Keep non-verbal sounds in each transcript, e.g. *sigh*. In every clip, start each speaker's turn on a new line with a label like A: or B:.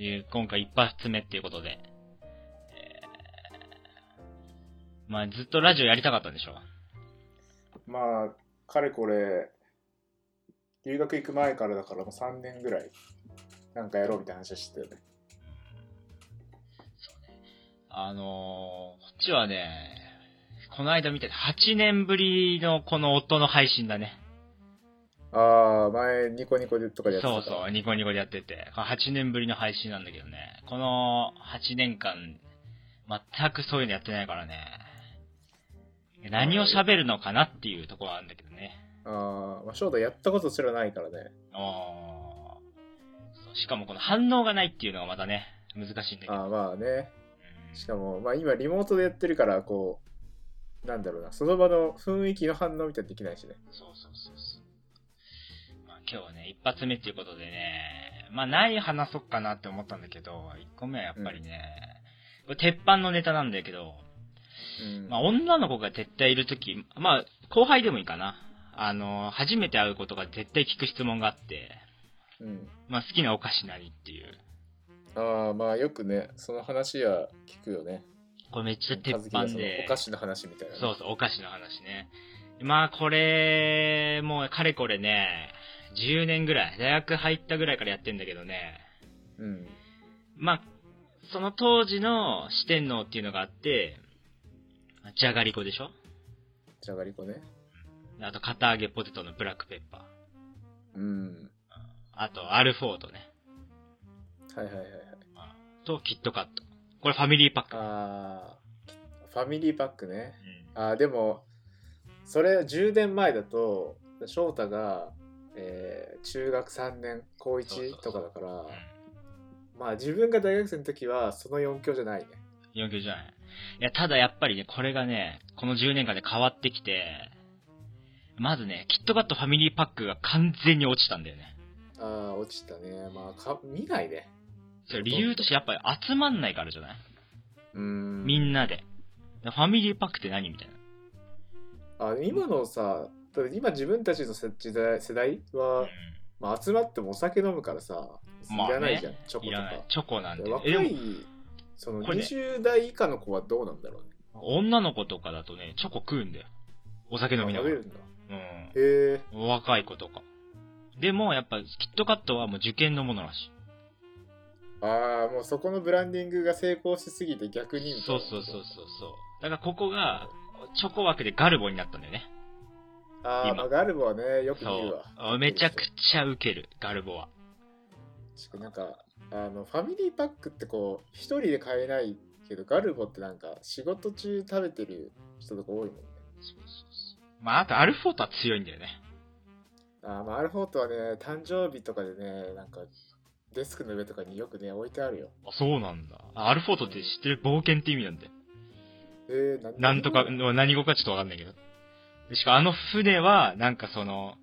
A: で今回一発目っていうことで。えーまあ、ずっとラジオやりたかったんでしょ
B: まあ、かれこれ、留学行く前からだからもう3年ぐらい、なんかやろうみたいな話をしてたよね。
A: あのー、こっちはね、この間見て8年ぶりのこの夫の配信だね。
B: ああ、前、ニコニコでとかでやってた。
A: そうそう、ニコニコでやってて、これ8年ぶりの配信なんだけどね、この8年間、全くそういうのやってないからね、何を喋るのかなっていうところはあるんだけどね。
B: ああ、まあ、翔太やったことすらないからね。
A: おーそうしかもこの反応がないっていうのがまたね、難しいんだけど。
B: ああ、まあね。
A: うん
B: しかも、まあ今リモートでやってるから、こう、なんだろうな、その場の雰囲気の反応みたいにできないしね。
A: そうそうそうそう。まあ今日はね、一発目っていうことでね、まあ何話そっかなって思ったんだけど、一個目はやっぱりね、これ鉄板のネタなんだけど、
B: うん。
A: まあ、女の子が絶対いるとき、まあ、後輩でもいいかな。あの、初めて会うことが絶対聞く質問があって、
B: うん、
A: まあ、好きなお菓子なりっていう。
B: ああ、まあよくね、その話は聞くよね。
A: これめっちゃ鉄
B: 和
A: 板
B: 樹がその
A: で。
B: お菓子の話みたいなね、
A: そうそう、お菓子の話ね。まあ、これ、もう、かれこれね、10年ぐらい、大学入ったぐらいからやってんだけどね。
B: うん。
A: まあ、その当時の四天王っていうのがあって、じゃがりこでしょ
B: じゃがりこね。
A: あと、片揚げポテトのブラックペッパー。
B: うん。
A: あと、アルフォートね。
B: はいはいはいはい。
A: と、キットカット。これファミリーパック。
B: あーファミリーパックね。
A: う
B: あーでも、それ10年前だと、翔太が、えー中学3年、
A: そ
B: 高
A: うそうそ
B: 1
A: う
B: とかだから、
A: ん。
B: まあ自分が大学生の時はその4強じゃないね。
A: 要求じゃない。いや、ただやっぱりね、これがね、この10年間で変わってきて、まずね、キットカットファミリーパックが完全に落ちたんだよね。
B: ああ、落ちたね。まあか、見ないね。
A: それ理由としてやっぱり集まんないからじゃない
B: うん
A: みんなで。ファミリーパックって何みたいな。
B: あ今のさ、だって今自分たちの世世代世代は、まあ、集まってもお酒飲むからさ、
A: まあね
B: いらないじゃん、チョコ
A: い
B: と
A: ら
B: か
A: ない。。チョコなんて、
B: で若
A: え、でも
B: い、その
A: これね
B: 20代以下の子はどうなんだろうね。
A: 女の子とかだとね、チョコ食うんだよ。お酒飲みなが
B: 食べ
A: ら。
B: るんだ。
A: うん。
B: へえ。
A: 若い子とか。でも、やっぱ、キットカットはもう受験のものらしい。
B: ああ、もうそこのブランディングが成功しすぎて逆にみた
A: そ
B: いうな
A: そうそうそうそう。だからここが、チョコ枠でガルボになったんだよね。
B: ああ、
A: 今
B: まあ、ガルボはね、よく見る
A: そ
B: わ。
A: う。めちゃくちゃウケる、ガルボは。
B: しかもなんか、あの、ファミリーパックってこう、一人で買えないけど、ガルボってなんか、仕事中食べてる人とか多いもんね。
A: まあ、あとアルフォートは強いんだよね。
B: あーまあ、アルフォートはね、誕生日とかでね、なんか、デスクの上とかによくね、置いてあるよ。
A: あ、そうなんだ。あアルフォートって知ってる冒険って意味なんだよ。
B: えー、なん
A: なんとか、何語かちょっとわかんないけど。でしかもあの船は、なんかその、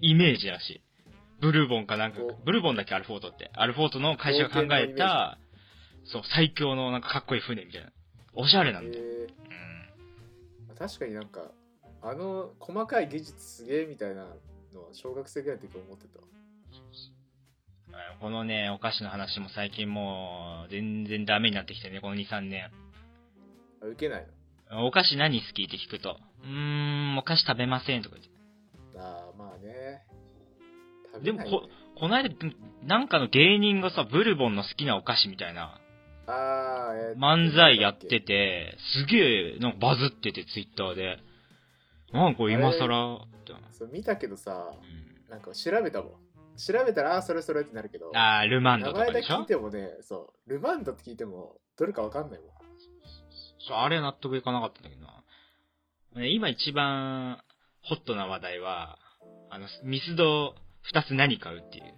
A: イメージらしい。ブルボンかなんか
B: お、
A: ブルボンだっけアルフォートって。アルフォートの会社が考え
B: 冒険のイメ
A: た、そう、最強のなんかかっこいい船みたいな。おしゃれなんだよ。
B: え
A: うん
B: ーまあ確かになんか、あの、細かい技術すげえみたいなのは、小学生ぐらいの時思ってた。
A: このね、お菓子の話も最近もう、全然ダメになってきてね、この2、3年。
B: あ受けないの
A: お菓子何好きって聞くと、うーん、お菓子食べませんとか言って。
B: ああまあね食
A: でも
B: べないね
A: こ、この間、なんかの芸人がさ、ブルボンの好きなお菓子みたいな、
B: ああ、えー
A: 漫才やってて、すげえ、なんかバズってて、ツイッターで。なんかこれ今更、って
B: そう見たけどさ
A: う
B: なんか調べたもん調べたらああーそれそれってなるけど
A: んあー、ルマン
B: 名
A: ドと
B: 前
A: か
B: だ
A: で
B: け
A: し
B: 聞
A: ょ
B: いてもねそうルマンドって聞いてもどれかわかんないもん
A: そうあれは納得いかなかったんだけどな。ね今一番ホットな話題は、あの、ミスド二つ何買うっていう。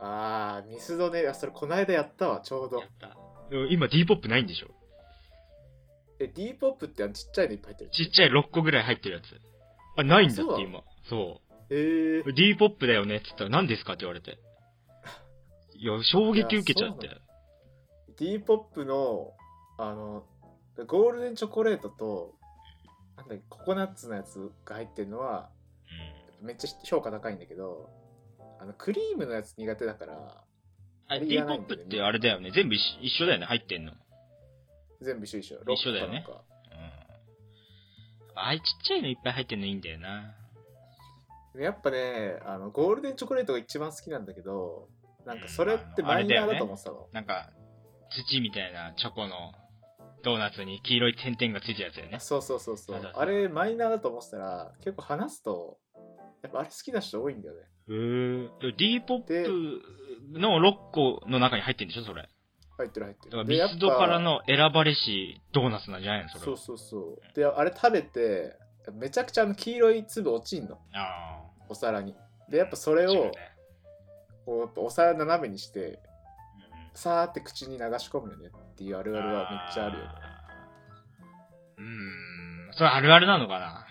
B: ああミスドねあそれこないだやったわちょうど
A: やった。でも今 D ポップないんでしょ
B: え D ポップってあのちっちゃいのいっぱい入ってる
A: ちっちゃい6個ぐらい入ってるやつ。あ、ないんだって
B: そう
A: 今。そ
B: え
A: う。D ポップだよねって言ったら何ですかって言われて。いや、衝撃受けちゃって
B: い。ー、D ポップのあのゴールデンチョコレートとなんだっけココナッツのやつが入ってるのはめっちゃ評価高いんだけどあのクリームのやつ苦手だから
A: ああ、
B: こ
A: d
B: れい
A: p
B: ら
A: o
B: ない
A: p
B: んだよね
A: ってあれだよね。全部一緒一緒だよね、入ってんの。うん。
B: 全部一緒一緒。
A: 一緒だよね
B: 6個なのか
A: あれちっちゃいのいっぱい入ってんのいいんだよな。
B: でもやっぱね、あの、ゴールデンチョコレートが一番好きなんだけど、なんかそれって
A: うんあのあ
B: マ
A: れ
B: イ
A: だよね
B: ナーだと思ってたの。
A: なんか、土みたいなチョコのドーナツに黄色い点々がついたやつだよね。
B: そうそうそうそ
A: そうそう
B: う。
A: そう
B: あれマイナーだと思ってたら、結構話すと、やっぱあれ好きな人多いんだよね。
A: へぇ d ポップの6個の中に入ってんでしょ、それ。
B: 入ってる入って
A: だから
B: る。
A: ミ
B: で
A: スドから。の選ばれしドーナツなんじゃないの
B: やっぱ
A: それ
B: そ
A: は
B: うそうそう。で、あれ食べて、めちゃくちゃあの黄色い粒落ちんの、
A: あ
B: お皿に。で、やっぱそ
A: あ。
B: れ
A: 違う
B: を
A: ね、
B: こうやっぱお皿斜めにして、
A: うんうん
B: さーって口に流し込むよねっていうあるあるはめっちゃあるよね。
A: うーん。それあるあるなのかな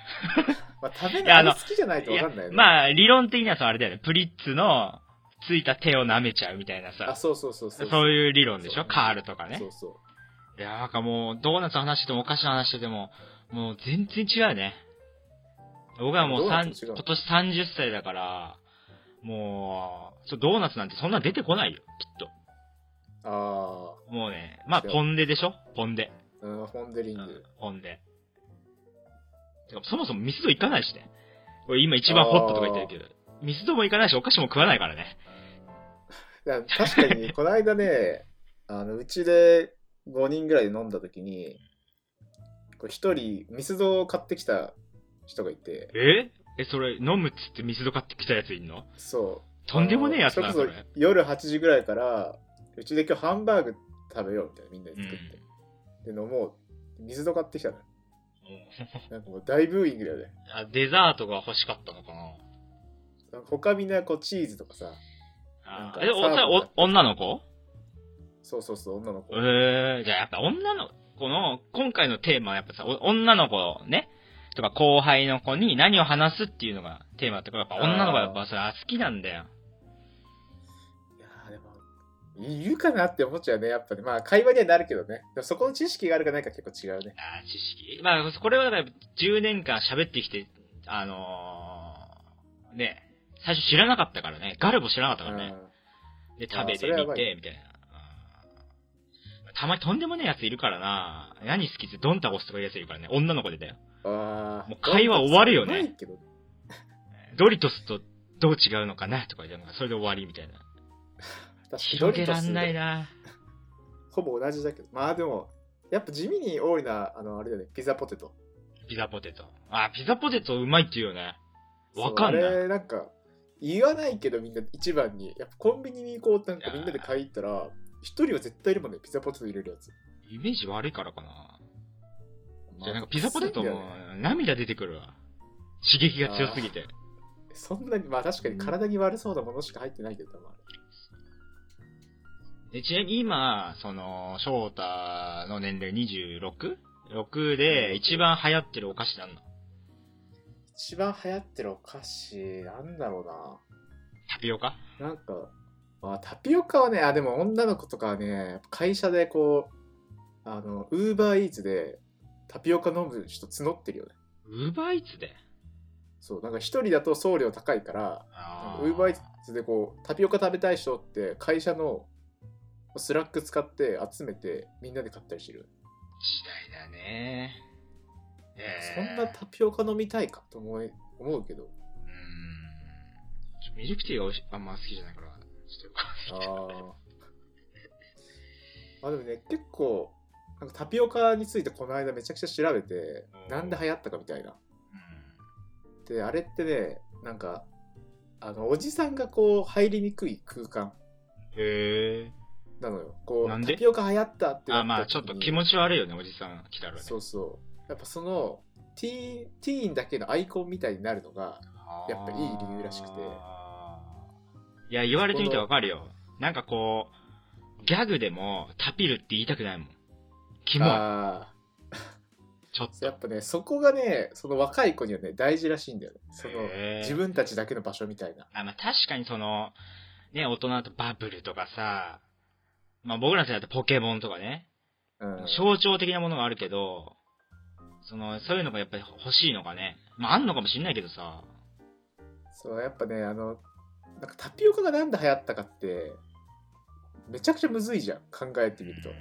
B: まあ、食べ
A: いや
B: な
A: あ
B: い
A: の
B: 好きじゃないと分かんないよね。
A: まあ、理論的にはさ、あれだよね。プリッツのついた手を舐めちゃうみたいな
B: あ、
A: さ。
B: そうそうそう
A: そ
B: そうう。
A: いう理論でし
B: そ
A: ょ
B: う
A: カールとかね
B: そ。うそう。
A: いや、なんかもう、ドーナツの話しててもお菓子の話してても、もう全然違うね。僕はもう
B: ドーナ
A: 三
B: ツ違う
A: 今年30歳だから、もう、そうドーナツなんてそんな出てこないよ、きっと。
B: あ
A: もうね、まあ、
B: そう
A: ポンデでしょポンデ。
B: あ、うん、ホンデリング。
A: ポンデ。てか、そもそもミスド行かないしね。俺今一番ホットとか言ってるけど、ミスドも行かないし、お菓子も食わないからね。
B: いや確か
A: *laughs*
B: に、この間ね、あの、うちで5人ぐらいで飲んだ時に、こう一人、ミスドを買ってきた人がいて、
A: ええ、それ、飲むっつってミスド買ってきたやついんの
B: そう。
A: とんでもねえやつだな、
B: あの
A: そ
B: そ
A: れ
B: れこ。そ夜8時ぐらいから、うちで今日ハンバーグ食べようみたいな、みんなで作って。で、飲もう。ミスド買ってきたのよ。なんかもう大ブーイングだよね。
A: あデザートが欲しかったのかな
B: なんか他みんなこうチーズとかさ、なん
A: あ
B: か
A: ーえ、お、それ
B: サーモンだっ
A: お女の子
B: そうそうそう、女の子。
A: えー、じゃあやっぱ女の子の、今回のテーマはやっぱさ、お女の子ね、とか後輩の子に何を話すっていうのがテーマってから、やっぱ女の子はやっぱそれは好きなんだよ。
B: いやーでも、いるかなって思っちゃうね、やっぱね。まあ、会話にはなるけどね。でもそこの知識があるかないか結構違うね。
A: あー知識。まあ、これはだから10年間喋ってきて、あのー、ね、最初知らなかったからね、ガルボ知らなかったからね。で、
B: あ
A: 食
B: ー
A: べて
B: それはや
A: み
B: ばい
A: て、みたいな。うんたまにとんでもねえやついるからな何好きってドンタゴスとかいうやついるからね、女の子でだよ。
B: うんあー
A: もう会話終わるよね
B: ないけど
A: ドリトスとどう違うのかなとか言って、なんかそれで終わりみたいな。
B: 確か
A: 広
B: に
A: げらんない
B: ドリト
A: な
B: スほぼ同じだけど。まあでも、やっぱ地味に多いな、あの、あれだよね、ピザポテト。
A: ピザポテト。あ、ピザポテトうまいって言うよね。わかんない
B: そうあれ、なんか、言わないけどみんな一番に。やっぱコンビニに行こうってなんかみんなで買いに行ったら、一人は絶対いるもんね、ピザポテト入れるやつ。
A: イメージ悪いからかな。
B: まあ
A: じゃあなんかピザポテト
B: そうだ
A: も
B: よね
A: 涙出てくるわ。刺激が強すぎて。
B: そんなに、まあ確かに体に悪そうなものしか入ってないけど、まあ、
A: でちなみに今、その、翔太の年齢 26?6 で一番流行ってるお菓子なんの
B: 一番流行ってるお菓子なんだろう
A: タピオカ
B: ななんか、まあ、タピオカはねあでも女の子とかはねやっぱ会社でこうあのウーバーイーツでタピオカ飲む人募ってるよね
A: ウーバーイーツで。
B: そうなんか一人だと送料高いから
A: あ
B: ウーバーイーツでこうタピオカ食べたい人って会社のスラック使って集めてみんなで買ったりしてる、
A: 時代だね。え
B: そんなタピオカ飲みたいかと思い思う
A: *laughs*
B: けど
A: うーんちょミルクティーがおいしあんま好きじゃないから、ちょっとよくわ
B: あ
A: かんない
B: ーまあでもね結構なんかタピオカについてこの間めちゃくちゃ調べて
A: うん
B: なんで流行ったかみたいなであれってねなんかあのおじさんがこう入りにくい空間
A: けどへえ。
B: なのよこ
A: なん
B: う
A: で
B: タピオカ流行ったってな
A: あ、
B: た
A: まあ
B: 時
A: ちょっ
B: に
A: と気持ち悪いよね、おじさん来たらね。
B: そうそうやっぱそのティーンティーンだけのアイコンみたいになるのがやっぱいい理由らしくて
A: あー。いや、言われてみてわかるよ。なんかこう、ギャグでも、タピルって言いたくないもん。キモい。
B: あ
A: *laughs* ちょっ
B: ーや
A: と。
B: っぱねそこがねその若い子にはね大事らしいんだよねその
A: へー
B: 自分たちだけの場所みたいな
A: あまあ確かにその、ね、大人だとバブルとかさ、まあ僕らの世代だとポケモンとかね、
B: うん
A: 象徴的なものがあるけど、その、そういうのがやっぱり欲しいのかね。まあ、あんのかもしんないけどさ。
B: そうやっぱねあのなんかタピオカがなんで流行ったかってめちゃくちゃむずいじゃん考えてみると
A: うん確かに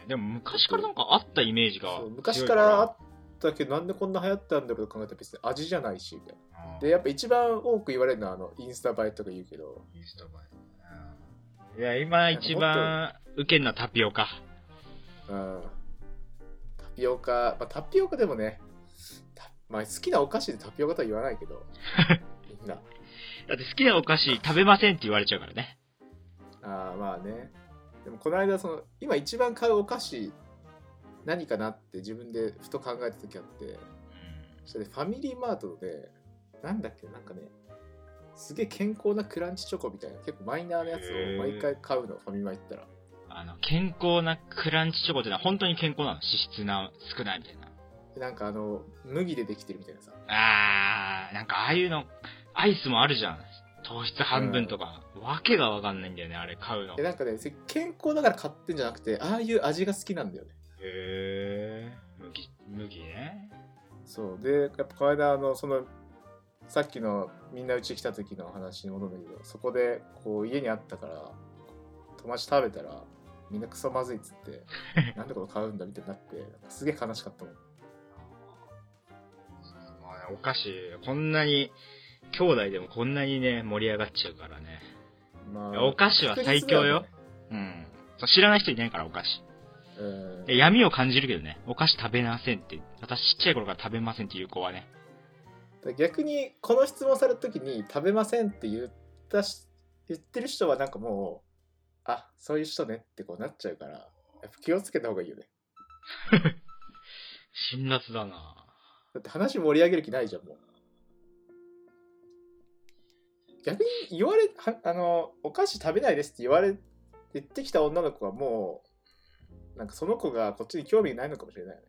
A: ね。でも昔からなんかあったイメージが
B: そ
A: 強
B: う
A: い。
B: 昔からあったけどなんでこんな流行ったんだろうと考えたら別に味じゃないしみたい
A: あー
B: なでやっぱ一番多く言われるのはあのインスタ映えとか言うけど
A: インスタ映えうんいや、今一番受けんのはタピオカ。
B: うんタピオカ、まあ、タピオカでもね、たまあ、好きなお菓子でタピオカとは言わないけど、みんな。
A: だって好きなお菓子食べませんって言われちゃうからね。
B: ああ、まあね。でも、この間、その、今一番買うお菓子、何かなって自分でふと考えた時あって、それでファミリーマートで、なんだっけ、なんかね、すげえ健康なクランチチョコみたいな、結構マイナーなやつを毎回買うの、ファミマ行ったら。
A: あの、健康なクランチチョコってのは本当に健康なの。脂質な、少ないみたいな。
B: でなんかあの、麦でできてるみたいなさ。
A: あー、なんかああいうの、アイスもあるじゃん。糖質半分とか。わけがわかんないんだよね、あれ買うの
B: で。なんかね、せ健康だから買ってんじゃなくて、ああいう味が好きなんだよね。
A: へー。麦、麦ね。
B: そうでやっぱこの間あのそのさっきのみんなうち来た時の話に戻るんだけどそこでこう家にあったから友達食べたらみんなクソまずいっつって
A: *laughs*
B: なんでこれ買うんだみたいになってなんかすげえ悲しかったもん
A: まあお菓子、こんなに、兄弟でもこんなにね、盛り上がっちゃうからね。
B: ま
A: お菓子は最強よ。うん。そう知らない人いないから、お菓子。
B: 確実だよね
A: いや闇を感じるけどね、お菓子食べませんって、私ちっちゃい頃から食べませんっていう子はね、
B: うん逆にこの質問された時に食べませんって言ったし言ってる人はなんかもうあそういう人ねってこうなっちゃうからやっぱ気をつけた方がいいよね
A: 辛辣だな
B: だって話盛り上げる気ないじゃん、もう。逆に言われ、はあの、お菓子食べないですって言われ、言ってきた女の子はもう、なんかその子がこっちに興味ないのかもしれないよね。